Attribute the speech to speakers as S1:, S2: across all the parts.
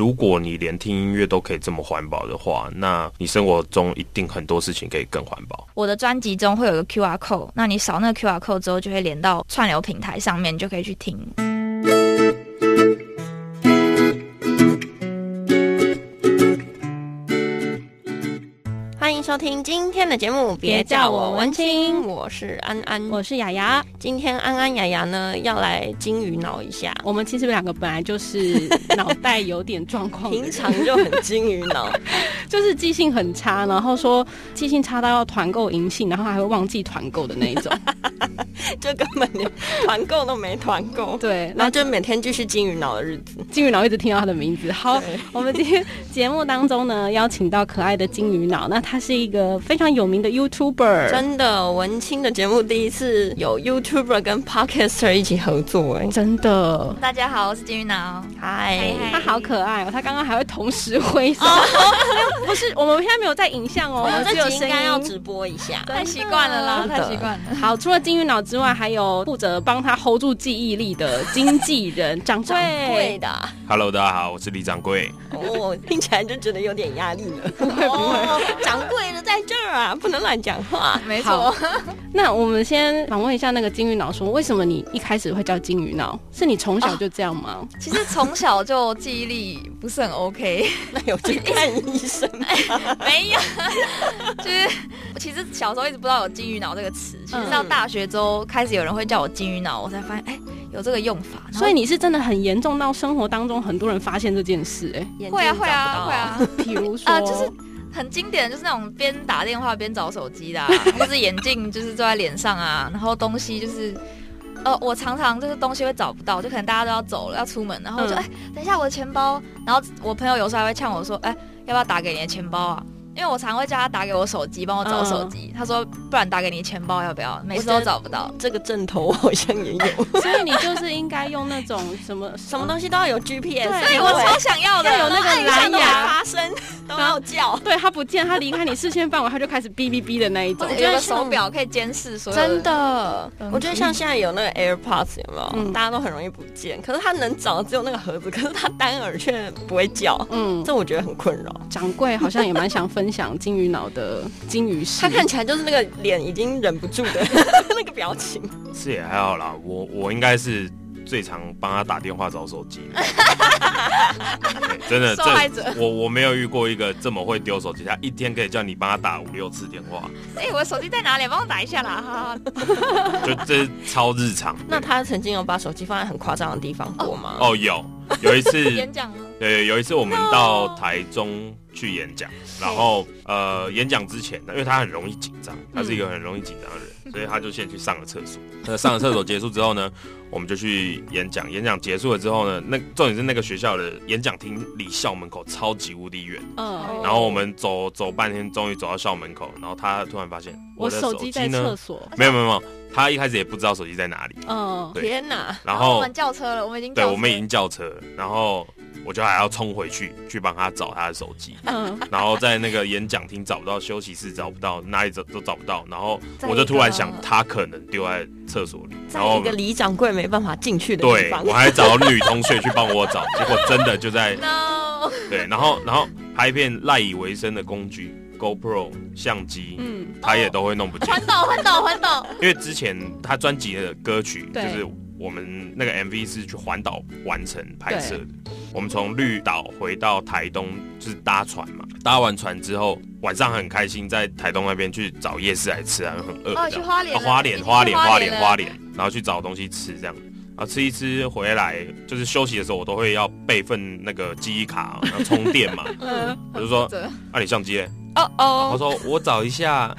S1: 如果你连听音乐都可以这么环保的话，那你生活中一定很多事情可以更环保。
S2: 我的专辑中会有个 QR code，那你扫那个 QR code 之后，就会连到串流平台上面，你就可以去听。
S3: 欢迎收听今天的节目，别叫我文青，我是安安。
S4: 我是雅雅，
S3: 今天安安雅雅呢要来金鱼脑一下，
S4: 我们其实两个本来就是 脑袋有点状况的人，
S3: 平常就很金鱼脑，
S4: 就是记性很差，然后说记性差到要团购银杏，然后还会忘记团购的那 一种。
S3: 就根本连团购都没团购，
S4: 对，
S3: 然
S4: 那
S3: 后就每天继续金鱼脑的日子。
S4: 金鱼脑一直听到他的名字。好，我们今天节目当中呢，邀请到可爱的金鱼脑，那他是一个非常有名的 YouTuber，
S3: 真的，文青的节目第一次有 YouTuber 跟 Podcaster 一起合作、哎，
S4: 真的。
S2: 大家好，我是金鱼脑。
S3: 嗨，
S2: 嗨
S4: 他好可爱哦！他刚刚还会同时挥手，不是我们现 在没有在影像哦，
S3: 哦
S4: 我
S3: 我
S4: 们
S3: 们
S4: 只
S3: 这
S4: 有
S3: 集
S4: 声
S3: 应该要
S4: 音。
S3: 直播一下。
S2: 太习惯了啦，
S3: 真的
S2: 太习惯了。
S4: 好，除了金鱼脑之外，还有负责帮他 hold 住记忆力的经纪人张贵。
S3: 对的啊，
S1: Hello，大家好，我是李掌柜。
S3: 哦，听起来就觉得有点压力了。 不会不会，掌柜的在这儿啊，不能乱讲 话。
S2: 没
S4: 好
S2: 错，
S4: 那我们先访问一下那个金鱼脑，说为什么你一开始会叫金鱼脑？是你从小就这样吗？
S2: 其实从小就记忆力不是很 OK，
S3: 那有去看医 生吗？
S2: 没有， 就是其实小时候一直不知道有金鱼脑这个词，其实到大学之后开始有人会叫我金鱼脑，我才发现哎、有这个用法。然后
S4: 所以你是真的很严重到生活当中很多人发现这件事、欸，
S2: 会啊会啊会啊，
S4: 比 如说，
S2: 啊就是很经典的就是那种边打电话边找手机 的、啊，或是眼镜就是坐在脸上啊，然后东西就是。呃，我常常就是东西会找不到，就可能大家都要走了，要出门，然后我就
S4: 嗯
S2: 哎、等一下我的钱包。然后我朋友有时候还会呛我说，哎、要不要打给你的钱包啊？因为我常会叫他打给我手机，帮我找手机。
S4: 嗯
S2: 他说，不然打给你钱包要不要？每次都找不到。
S3: 这个阵头我好像也有，
S4: 所以你就是应该用那种什 么
S3: 什么东西都要有 GPS，
S4: 对
S2: 所以我超想要的，
S4: 要有那
S2: 然
S4: 个
S2: 后按一下
S4: 蓝
S2: 都
S4: 牙
S2: 会发
S3: 发声都要叫。
S4: 对他不见，他离开你视线范围，他就开始哔哔哔的那一种
S2: 或者。有个手表可以监视所有
S3: 真
S2: 的
S3: 的，
S2: 嗯
S3: 我觉得像现在有那个 AirPods 有没有？
S4: 嗯
S3: 大家都很容易不见，可是它能找只有那个盒子，可 是它单耳却不会叫，
S4: 嗯，
S3: 这我觉得很困扰。
S4: 掌柜好像也蛮想分享金鱼脑的金鱼事。
S3: 他看起来就是那个脸已经忍不住的 那个表情，
S1: 是也还好啦，我我应该是最常帮他打电话找手 机的。对真的，
S2: 受害者
S1: 这我我没有遇过一个这么会丢手机，他一天可以叫你帮他打五六次电话，
S2: 哎、我的手机在哪里？帮我打一下啦，哈哈。
S1: 嗯就这是超日常。
S3: 那
S1: 对
S3: 他曾经有把手机放在很夸张的地方过吗？
S1: 哦有有一 次
S2: 演讲吗？
S1: 对，有一次我们到台中去演讲，然后呃，演讲之前呢，因为他很容易紧张，他是一个很容易紧张的人， 所以他就先去上了厕所。 那上了厕所结束之后呢，我们就去演讲。演讲结束了之后呢，那重点是那个学校的演讲厅离校门口超级无敌远，哦
S4: 嗯，
S1: 然后我们走走半天，终于走到校门口，然后他突然发现
S4: 我
S1: 的
S4: 手机在厕
S1: 呢？
S4: 所。
S1: 没有没有没有，他一开始也不知道手机在哪里，
S4: 嗯，
S1: 对
S3: 天哪！
S1: 然
S2: 哦我
S1: 后
S2: 们叫车了，我们已经叫
S1: 对
S2: 车
S1: 我们已经叫车了，然后我就还要冲回去去帮他找他的手机。
S4: 嗯，
S1: 然后在那个演讲厅找不到，休息室找不到，哪里找都找不到，然后
S2: 在一
S1: 我
S2: 个
S1: 就突然想，他可能丢在厕所里，
S3: 在
S1: 然后
S3: 一个李掌柜没办法进去的地
S1: 对
S3: 方，
S1: 我还找女同学去帮我找，结果真的就在
S2: no，
S1: 对，然后然后拍片赖以为生的工具 GoPro 相机，
S4: 嗯
S1: 他也都会弄不见，
S2: 环岛环岛环岛，
S1: 因为之前他专辑的歌曲就
S4: 对
S1: 是。我们那个 MV 是去环岛完成拍摄的，我们从绿岛回到台东，就是搭船嘛。搭完船之后，晚上很开心，在台东那边去找夜市来吃啊，很饿。
S2: 哦，
S1: 这
S2: 去
S1: 样
S2: 花莲
S1: 哦
S2: 了，
S1: 花
S2: 已
S1: 莲，
S2: 经去
S1: 花莲，花莲，花
S2: 了，
S1: 莲，然后去找东西吃这样。啊，吃一吃回来，就是休息的时候，我都会要备份那个记忆卡，然后充电嘛。
S2: 嗯，
S1: 我就说
S2: 负责，
S1: 啊，你相机嘞？
S3: 哦
S1: 他
S3: 哦，
S1: 说我找一下，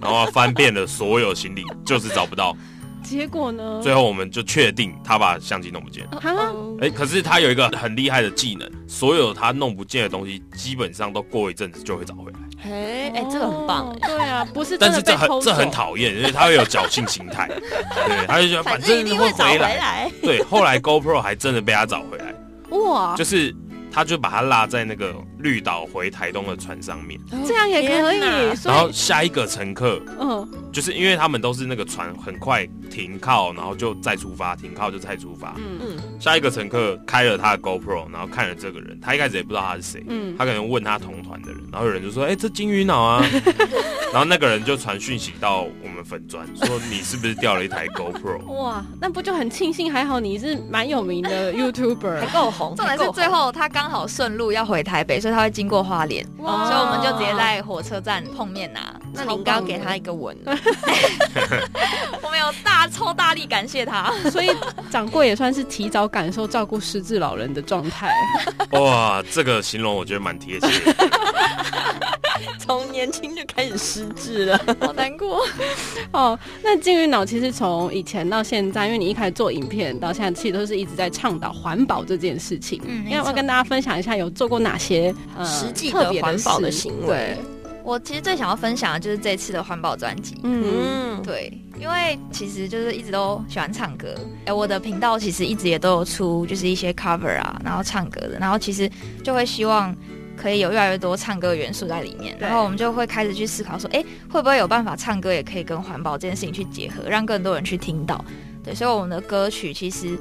S1: 然后翻遍了所有行李，就是找不到。
S4: 结果呢？
S1: 最后我们就确定他把相机弄不见。
S4: 啊，
S1: 哎、可是他有一个很厉害的技能，所有他弄不见的东西，基本上都过一阵子就会找回来。
S3: 哎哎，这个很棒
S4: 哦，对啊，不是真
S1: 但
S4: 的
S1: 是
S4: 被
S1: 这很
S4: 偷走，
S1: 这很讨厌，因为他会有侥幸心态，对，他就觉得
S3: 反
S1: 反
S3: 正一
S1: 正
S3: 定
S1: 会
S3: 会找回
S1: 回来。
S3: 来。
S1: 对，后来 GoPro 还真的被他找回来，
S4: 哇，
S1: 就是他就把它落在那个绿岛回台东的船上面，
S4: 这样也可
S3: 天哪
S4: 以，
S1: 然
S4: 所
S1: 后
S4: 以
S1: 下一个乘客
S4: 嗯，
S1: 就是因为他们都是那个船很快停靠，然后就再出发，停靠就再出发。
S4: 嗯
S3: 嗯，
S1: 下一个乘客开了他的 GoPro，然后看了这个人，他一开始也不知道他是谁，
S4: 嗯
S1: 他可能问他同团的人，然后有人就说：“哎、这金鱼脑 啊！”然后那个人就传讯息到我们粉砖，说你是不是掉了一台 GoPro？
S4: 哇，那不就很庆幸？还好你是蛮有名的 YouTuber，
S3: 够红
S2: 重点是最后他刚好顺路要回台北，所以他会经过花莲，
S4: 哇
S2: 所以我们就直接在火车站碰面啊呐、
S3: 那你应该要给他一个吻，
S2: 我们有大超大力感谢他，
S4: 所以掌柜也算是提早感受照顾失智老人的状态。
S1: 哇，这个形容我觉得蛮贴切的。
S3: 从年轻就开始失智了。
S2: 好难过。
S4: 哦，那金鱼脑其实从以前到现在，因为你一开始做影片到现在，其实都是一直在倡导环保这件事情。
S2: 嗯没
S4: 要不
S2: 错
S4: 要跟大家分享一下有做过哪些、呃、
S3: 实际的
S4: 特别
S3: 环保的
S4: 事
S3: 行为
S4: 对，
S2: 我其实最想要分享的就是这次的环保专辑。
S4: 嗯
S3: 嗯，
S2: 对，因为其实就是一直都喜欢唱歌，哎，我的频道其实一直也都有出就是一些 cover 啊，然后唱歌的，然后其实就会希望可以有越来越多唱歌元素在里面，
S4: 对
S2: 然后我们就会开始去思考说，哎，会不会有办法唱歌也可以跟环保这件事情去结合，让更多人去听到。对，所以我们的歌曲其实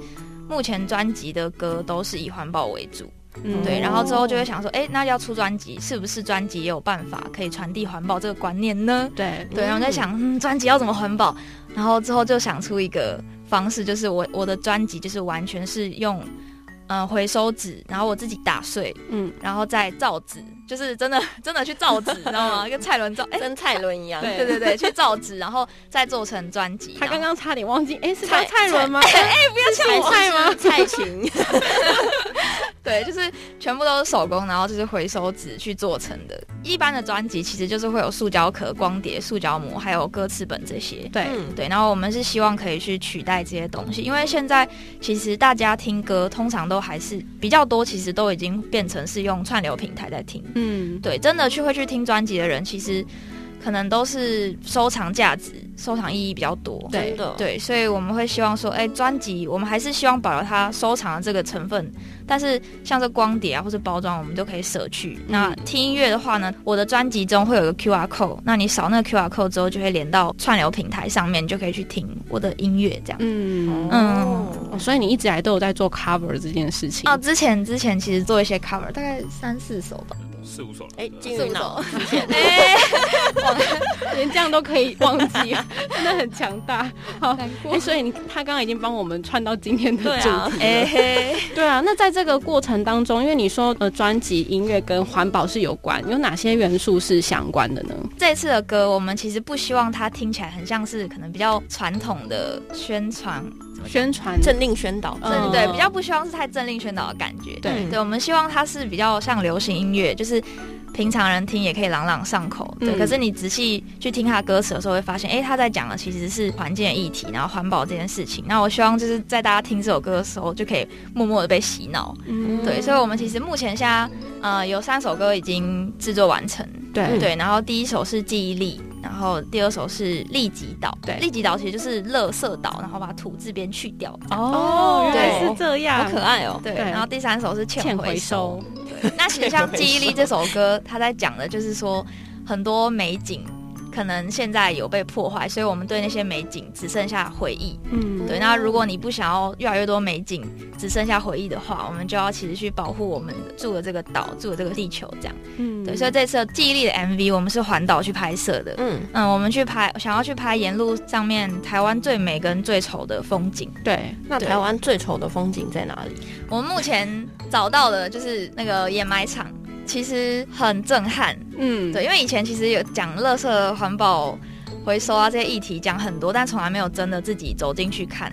S2: 目前专辑的歌都是以环保为主，
S4: 嗯
S2: 对，
S3: 哦
S2: 然后之后就会想说，哎，那要出专辑，是不是专辑也有办法可以传递环保这个观念呢？
S4: 对
S2: 对，然后在想，嗯，专辑要怎么环保，然后之后就想出一个方式，就是我我的专辑就是完全是用，呃，回收纸，然后我自己打碎，
S4: 嗯
S2: 然后再造纸，就是真的真的去造纸，你知道吗？跟蔡伦造，哎、
S3: 跟蔡伦一样，
S4: 对
S2: 对对对，去造纸，然后再做成专辑。
S4: 他刚
S2: 然后
S4: 刚差点忘记，哎、是叫
S3: 蔡
S4: 蔡伦吗？
S3: 不要
S4: 呛我
S3: 蔡吗？蔡琴，
S2: 对，就是全部都是手工，然后就是回收纸去做成的。一般的专辑其实就是会有塑胶壳、光碟、塑胶膜，还有歌词本这些。
S4: 对，
S3: 嗯，
S2: 对，然后我们是希望可以去取代这些东西，因为现在其实大家听歌通常都还是比较多，其实都已经变成是用串流平台在听。
S4: 嗯，
S2: 对，真的去会去听专辑的人，其实可能都是收藏价值、收藏意义比较多。
S4: 对
S3: 真的，
S2: 对，所以我们会希望说，哎、专辑我们还是希望保留它收藏的这个成分，但是像这光碟啊或是包装，我们都可以舍去。
S4: 嗯
S2: 那听音乐的话呢，我的专辑中会有个 QR code，那你扫那个 QR code 之后，就会连到串流平台上面，你就可以去听我的音乐这样。
S4: 嗯。
S3: 哦
S4: 哦所以你一直以来都有在做 cover 这件事情
S2: 哦，之前之前其实做一些 cover，大概三四首吧，
S1: 四五首了，
S3: 哎，金
S2: 四
S3: 鱼
S2: 五
S3: 脑
S4: 啊
S2: 首。哎，
S4: 连这样都可以忘记， 真的很强大。好，
S2: 难
S4: 哎、所以你他刚刚已经帮我们串到今天的
S3: 对
S4: 主
S3: 啊
S4: 题，
S2: 哎嘿，
S4: 对啊，那在这个过程当中，因为你说呃，专辑音乐跟环保是有关，有哪些元素是相关的呢？
S2: 这次的歌，我们其实不希望它听起来很像是可能比较传统的宣传
S4: 宣传
S3: 政令宣导，
S4: 嗯
S2: 正对，比较不希望是太政令宣导的感觉。
S4: 对
S2: 对，我们希望它是比较像流行音乐，就是平常人听也可以朗朗上口。对，
S4: 嗯
S2: 可是你仔细去听它歌词的时候，会发现，哎，他在讲的其实是环境的议题，然后环保这件事情。那我希望就是在大家听这首歌的时候，就可以默默的被洗脑。
S4: 嗯
S2: 对，所以我们其实目前现在呃有三首歌已经制作完成。
S4: 对
S2: 对，然后第一首是记忆力，然后第二首是利己岛。
S4: 对
S2: 利己岛其实就是垃圾岛，然后把土字边去掉。
S4: 哦，原来
S2: 对
S4: 是这样
S3: 好，可爱哦，
S2: 对，
S4: 对
S2: 然后第三首是
S4: 欠
S2: 欠
S4: 回
S2: 回收。
S4: 收，
S2: 那其实像《记忆力》这首歌，它在讲的就是说，很多美景可能现在有被破坏，所以我们对那些美景只剩下回忆。
S4: 嗯
S2: 对，那如果你不想要越来越多美景只剩下回忆的话，我们就要其实去保护我们住的这个岛、住的这个地球，这样。
S4: 嗯
S2: 对，所以这次《记忆力》的 MV 我们是环岛去拍摄的。
S3: 嗯，
S2: 嗯，我们去拍，想要去拍沿路上面台湾最美跟最丑的风景。
S4: 对，
S3: 那
S2: 对
S3: 台湾最丑的风景在哪里？
S2: 我们目前找到的就是那个掩埋场，其实很震撼。
S4: 嗯
S2: 对，因为以前其实有讲垃圾环保回收啊这些议题讲很多，但从来没有真的自己走进去看。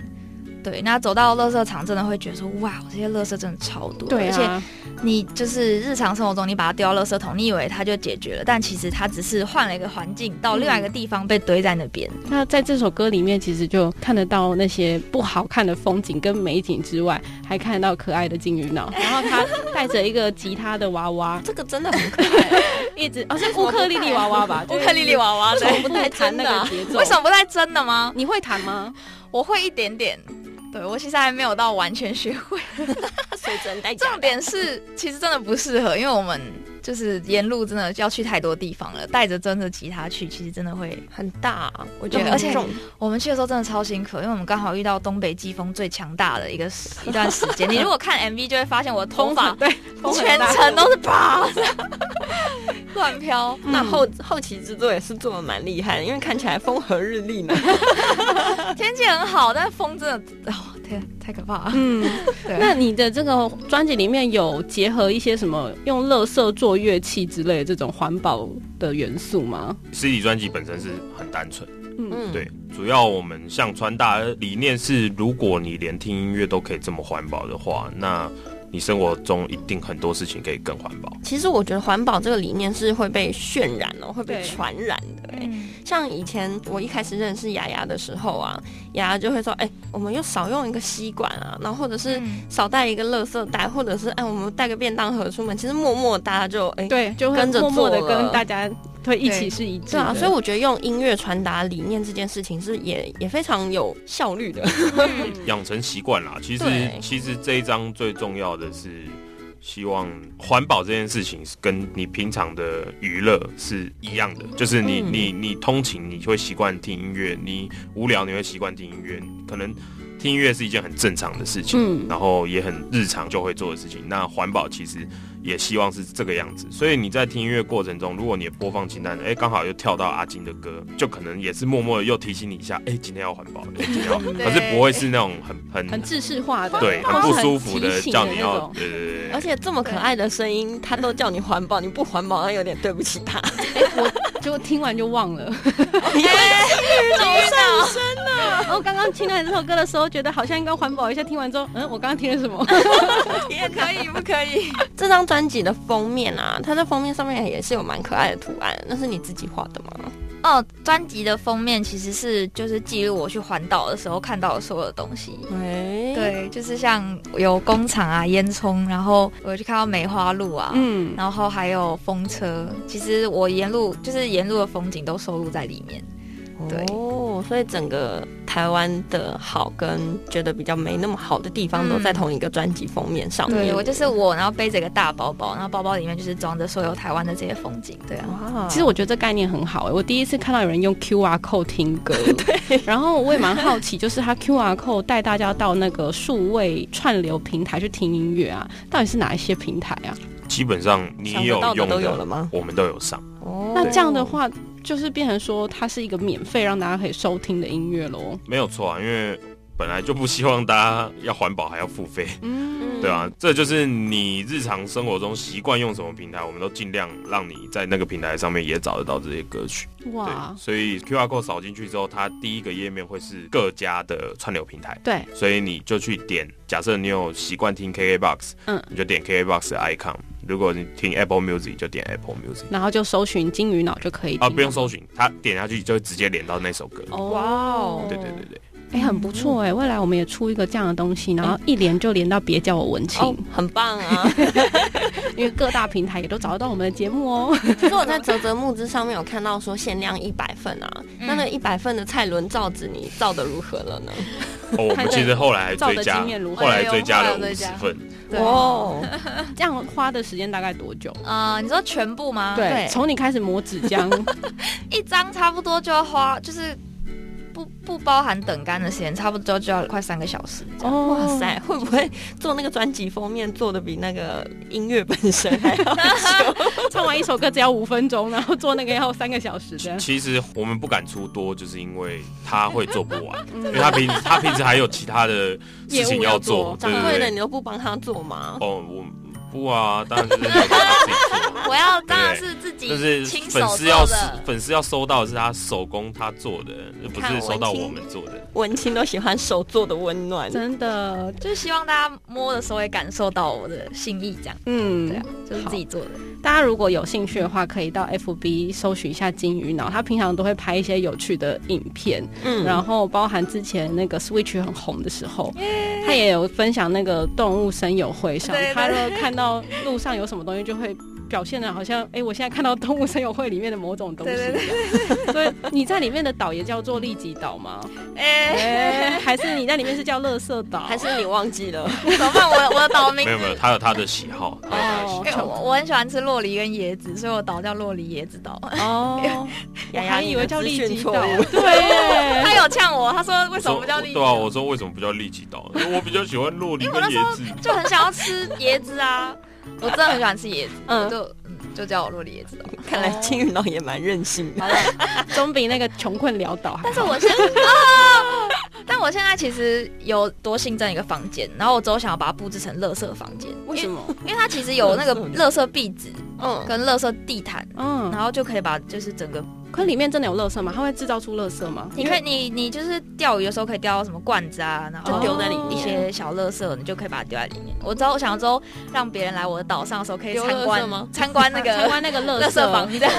S2: 对，那走到垃圾场，真的会觉得说，哇，这些垃圾真的超多，
S4: 对
S2: 而且
S4: 啊，
S2: 你就是日常生活中，你把它丢到垃圾桶，你以为它就解决了，但其实它只是换了一个环境，到另外一
S4: 嗯
S2: 个地方被堆在那边。
S4: 那在这首歌里面，其实就看得到那些不好看的风景跟美景之外，还看得到可爱的金鱼脑，然后他带着一个吉他的娃娃，
S3: 这个真的很可爱，
S4: 一直哦是乌克丽丽娃娃吧？
S2: 乌克丽丽娃娃，
S4: 就是为
S2: 对，
S4: 什么不带弹那
S3: 真的啊
S4: 个节奏？
S2: 为什么不带真的吗？
S4: 你会弹吗？
S2: 我会一点点，对我其实还没有到完全学会。
S3: 所以只能带假的
S2: 重点是，其实真的不适合，因为我们就是沿路真的要去太多地方了，带着真的吉他去，其实真的会。
S3: 很大，我觉
S2: 对
S3: 得
S2: 而且
S3: 重
S2: 我们去的时候真的超辛苦，因为我们刚好遇到东北季风最强大的一个时一段时 间。你如果看 MV 就会发现我的头发
S4: 对，风很
S2: 全
S4: 大
S2: 程都是啪乱飘。
S3: 那后后期制作也是做的蛮厉害的，因为看起来风和日丽嘛。
S2: 天气很好，但风真的哦，天太可怕了。
S4: 嗯，
S2: 对
S4: 那你的这个专辑里面有结合一些什么用乐色做乐器之类的这种环保的元素吗？
S1: 实体专辑本身是很单纯，
S4: 嗯，
S3: 嗯，
S1: 对，主要我们像穿搭呃理念是，如果你连听音乐都可以这么环保的话，那你生活中一定很多事情可以更环保。
S3: 其实我觉得环保这个理念是会被渲染哦，会被
S4: 对
S3: 传染的、欸。
S2: 嗯
S3: 像以前我一开始认识雅雅的时候啊，雅雅就会说：“哎、我们又少用一个吸管啊，然后或者是
S2: 嗯
S3: 少带一个垃圾袋，或者是哎、我们带个便当盒出门。”其实默默大家就哎、
S4: 对，就会
S3: 跟着
S4: 默默的
S3: 做了
S4: 跟大家会一起是一致
S3: 对啊，
S4: 的。
S3: 所以我觉得用音乐传达理念这件事情是也也非常有效率的。
S1: 养成习惯啦。其实
S3: 嗯对
S1: 其实这一章最重要的是，希望环保这件事情是跟你平常的娱乐是一样的，就是你、
S3: 嗯
S1: 你你通勤你会习惯听音乐，你无聊你会习惯听音乐，可能听音乐是一件很正常的事情。
S4: 嗯
S1: 然后也很日常就会做的事情。那环保其实也希望是这个样子，所以你在听音乐过程中，如果你的播放清单哎刚好又跳到阿金的歌，就可能也是默默的又提醒你一下，哎今天要环保，哎今天要，
S4: 嗯
S1: 可是不会 是那种很
S4: 很
S1: 很
S4: 制式化的，
S1: 对
S4: 或
S1: 很
S4: 是
S1: 不舒服
S4: 提
S1: 的
S4: 醒
S1: 叫你
S4: 那
S1: 要
S4: 种，呃
S1: 对对对对。
S3: 而且这么可爱的声音，他都叫你环保，你不环保，那有点对不起他。
S4: 哎就听完就忘 了。
S2: 终
S4: 然后哦刚刚听到你这首歌的时候，觉得好像应该环保一下，听完之后，嗯，我刚刚听了什么？
S2: 于到，不可以不可以。
S3: 这张专辑的封面啊，它在封面上面也是有蛮可爱的图案，那是你自己画的吗？
S2: 哦，专辑的封面其实是就是记录我去环岛的时候看到的所有的东西。
S3: 哎，
S2: 对，就是像有工厂啊、烟囱，然后我有去看到梅花鹿啊，
S4: 嗯，
S2: 然后还有风车。其实我沿路就是沿路的风景都收录在里面。对
S3: 哦，所以整个台湾的好跟觉得比较没那么好的地方
S2: 嗯
S3: 都在同一个专辑封面
S4: 嗯
S3: 上面。
S2: 对我就是我，然后背着一个大包包，然后包包里面就是装着所有台湾的这些风景。对啊，
S3: 哇，
S4: 其实我觉得这概念很好哎、我第一次看到有人用 QR code 听歌，对，然后我也蛮好奇，就是他 QR code 带大家到那个数位串流平台去听音乐啊，到底是哪一些平台啊？
S1: 基本上你
S3: 想得
S1: 有
S3: 到的
S1: 用
S3: 都有了吗？
S1: 我们都有上。
S3: 哦
S4: 那这样的，话，就是变成说它是一个免费让大家可以收听的音乐喽。
S1: 没有错啊，因为本来就不希望大家要环保还要付费，
S4: 嗯，
S1: 对啊，这就是你日常生活中习惯用什么平台，我们都尽量让你在那个平台上面也找得到这些歌曲。对
S4: 哇，，
S1: 所以 QR code 扫进去之后，它第一个页面会是各家的串流平台，
S4: 对，
S1: 所以你就去点。假设你有习惯听 KKBox，
S4: 嗯
S1: 你就点 KKBox 的 icon；如果你听 Apple Music，就点 Apple Music。
S4: 然后就搜寻金鱼脑就可以
S1: 啊，不用搜寻，它点下去就会直接连到那首歌。
S4: 哦，
S3: 哇哦，
S1: 对对对对，
S4: 哎、很不错哎、未来我们也出一个这样的东西，然后一连就连到别叫我文青，
S3: 哦，很棒啊！
S4: 因为各大平台也都找得到我们的节目哦。
S3: 其实我在泽泽募资上面有看到说限量一百份啊，
S2: 嗯
S3: 那那一百份的蔡伦造纸你造的如何了呢？
S1: 哦， 我们其实后来还
S4: 照的
S1: 追加
S4: 经验如，何
S1: 后来追加了
S2: 哎呦后来
S1: 五
S2: 追
S1: 十
S2: 加
S1: 份，
S2: 对。
S3: 哦，
S4: 这样花的时间大概多久？
S2: 呃，你说全部吗？
S4: 对，从你开始磨纸浆，
S2: 一张差不多就要花，就是不不包含等干的时间，差不多就要快三个小时。
S4: 哦，
S3: 哇， 塞，会不会做那个专辑封面做的比那个音乐本身 还要？
S4: 唱完一首歌只要五分钟，然后做那个要三个小时的，
S1: 其实我们不敢出多，就是因为他会做不 完，因为他平他平时还有其他的事 情要做，对
S3: 掌柜的，
S1: 对
S3: 你
S1: 对。
S3: 都不帮他做吗？
S1: 哦，我不啊，当然是留给他自己做。啊
S2: 我要当然是自己
S1: 但是
S2: 亲
S1: 粉
S2: 手
S1: 丝要
S2: 做的。
S1: 粉丝要收到的是他手工他做的，不是
S3: 看
S1: 收到
S3: 文青
S1: 我们做的。
S3: 文青都喜欢手做的温暖。
S4: 真的，
S2: 就是希望大家摸的时候也感受到我的心意，这样
S4: 嗯，
S2: 对啊，就是自己做的。
S4: 大家如果有兴趣的话，可以到 FB 搜寻一下金鱼脑，他平常都会拍一些有趣的影片，
S3: 嗯
S4: 然后包含之前那个 Switch 很红的时候，他也有分享那个动物声友会上
S2: 对对，
S4: 他如果看到路上有什么东西就会。表现的好像，哎、我现在看到动物森友会里面的某种东西一
S2: 对
S4: 样。所以你在里面的岛也叫做利己岛吗？
S2: 哎、
S4: 哎、还是你在里面是叫乐色岛？
S3: 还是你忘记 了？
S2: 怎么办？我我的 岛名
S1: 没有没有，他有他的喜好，他有他的喜好
S4: 哦
S2: 因为我我很喜欢吃洛梨跟椰子，所以我岛叫洛梨椰子 岛。
S4: 哦，我
S3: 雅雅
S4: 还
S3: 你
S4: 以
S3: 的
S4: 为叫
S3: 资
S4: 利
S3: 讯
S4: 己
S3: 错
S4: 岛
S3: 误，
S4: 对
S2: 他有呛我，他说为
S1: 我
S2: 什么
S1: 说
S2: 不叫栗子？
S1: 对啊，我说为什么不叫利己岛？因为我比较喜欢洛梨跟椰子。
S2: 就很想要吃椰子啊，我真的很喜欢吃椰子，
S3: 嗯，
S2: 就嗯就叫我洛梨椰子岛。
S3: 看来青云岛也蛮任性的。
S4: 嗯总比那个穷困潦倒还
S2: 但是
S4: 好。
S2: 我 现啊， 但我现在其实有多新增一个房间，然后我之后想要把它布置成垃圾房间，
S4: 为什
S2: 么？
S4: 么？
S2: 因为它其实有那个垃
S3: 垃圾
S2: 圾壁纸
S3: 嗯，
S2: 跟垃圾地毯。
S4: 嗯
S2: 然，后就可以把就是整个，
S4: 可里面真的有乐色吗？它会制造出乐色吗？
S2: 你可以你你就是钓鱼的时候可以钓到什么罐子啊，然
S3: 就
S2: 后
S3: 丢在里
S2: 一
S3: 面。
S2: 些小垃圾，你就可以把它丢在里面。我之后我想之后让别人来我的岛上的时候可以
S3: 丢
S2: 参
S3: 垃圾
S2: 观
S3: 吗
S2: 参观那
S4: 那
S2: 个
S4: 个参观那个乐
S2: 垃圾房这样。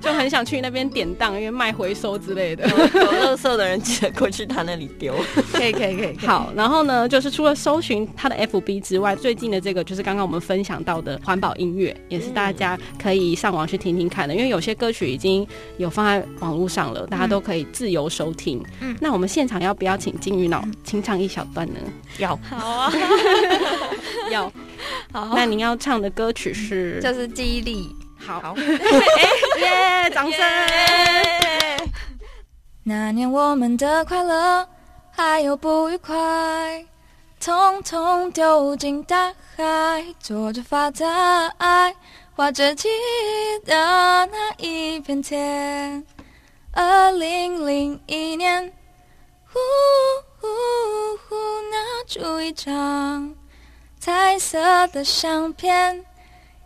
S4: 就很想去那边典当，因为卖回收之类的。
S3: 有垃圾的人记得过去他那里丢。
S2: 可以可以可以，可以，
S4: 好，然后呢，就是除了搜寻它的 FB 之外，最近的这个就是刚刚我们分享到的环保音乐，也是大家可以上网去听听看的，因为有些歌曲已经有放在网络上了，大家都可以自由收听。
S2: 嗯
S4: 那我们现场要不要请金鱼脑清唱一小段呢？
S3: 要
S2: 好啊，
S4: 要。
S2: 好，啊
S4: 那您要唱的歌曲是？
S2: 就是记忆力，
S4: 好，
S2: 耶，
S4: 掌声
S2: 那年我们的快乐，还有不愉快，统统丢进大海，坐着发呆，画着记忆的那一片天。二零零一年，呼呼呼，拿出一张彩色的相片，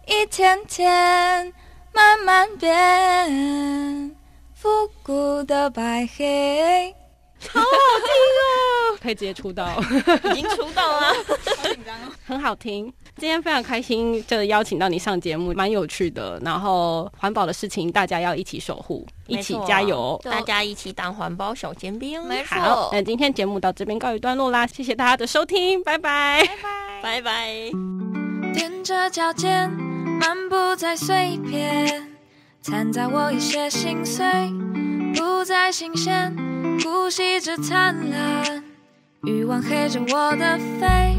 S2: 一天天慢慢变。复古的白黑。
S4: 可以直接出道，
S3: 已经出道了，
S4: 很好听。今天非常开心，就是邀请到你上节目，蛮有趣的。然后环保的事情，大家要一起守护，一起
S3: 没错啊
S4: 加油。哦
S3: 大家一起当环保小尖兵。
S2: 没错
S4: 好，那今天节目到这边告一段落啦，谢谢大家的收听，拜拜。
S3: 拜拜。
S2: 踮着脚尖，漫步在碎片，掺杂我一些心碎，不再新鲜，呼吸着灿烂，欲望黑着我的肺，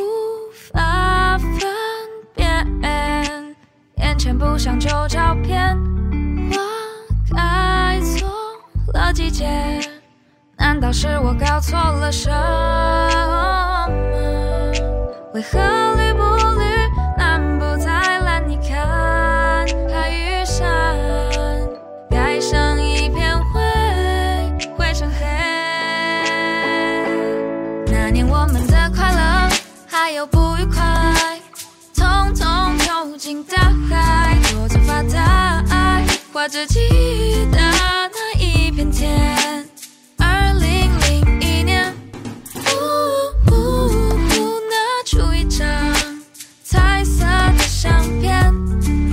S2: 无法分辨，眼前不想旧照片，我该错了季节，难道是我搞错了什么？为何绿不绿，蓝不再蓝？你看海与山，盖上一片灰，灰成黑。那年我们的快乐，还有不愉快，统统丢进大海，坐着发呆，画着记忆的那一片天。二零零一年。呜呜呜，拿出一张彩色的相片，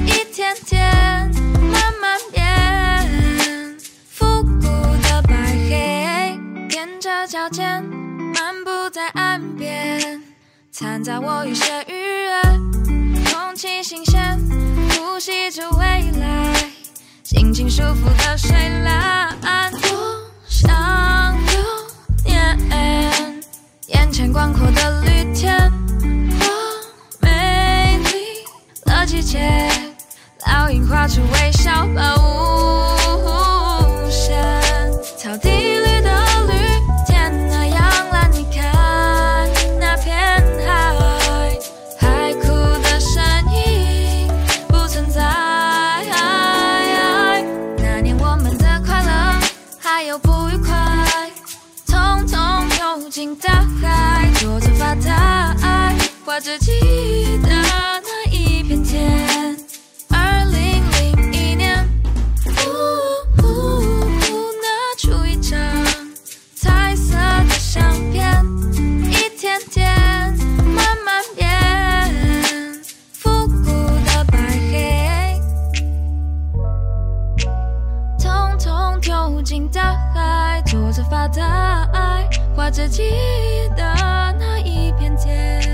S2: 一天天慢慢变复古的白黑，踮着脚尖漫步在岸边，掺杂我有些愉悦，空气新鲜，呼吸着未来。心情舒服的水蓝，多想留念。眼前广阔的绿天，我美丽了季节，倒影画出微笑吧无限。草地绿的绿，天那样蓝，你看那片海，海哭的身影不存在。那年我们的快乐，还有不愉快。统统丢进大海，坐着发呆，画着记忆的那一片天。二零零一年，呜呜呜，拿出一张彩色的相片，一天天慢慢变复古的白黑。统统丢进大海，坐着发呆，画着记忆的那一片天。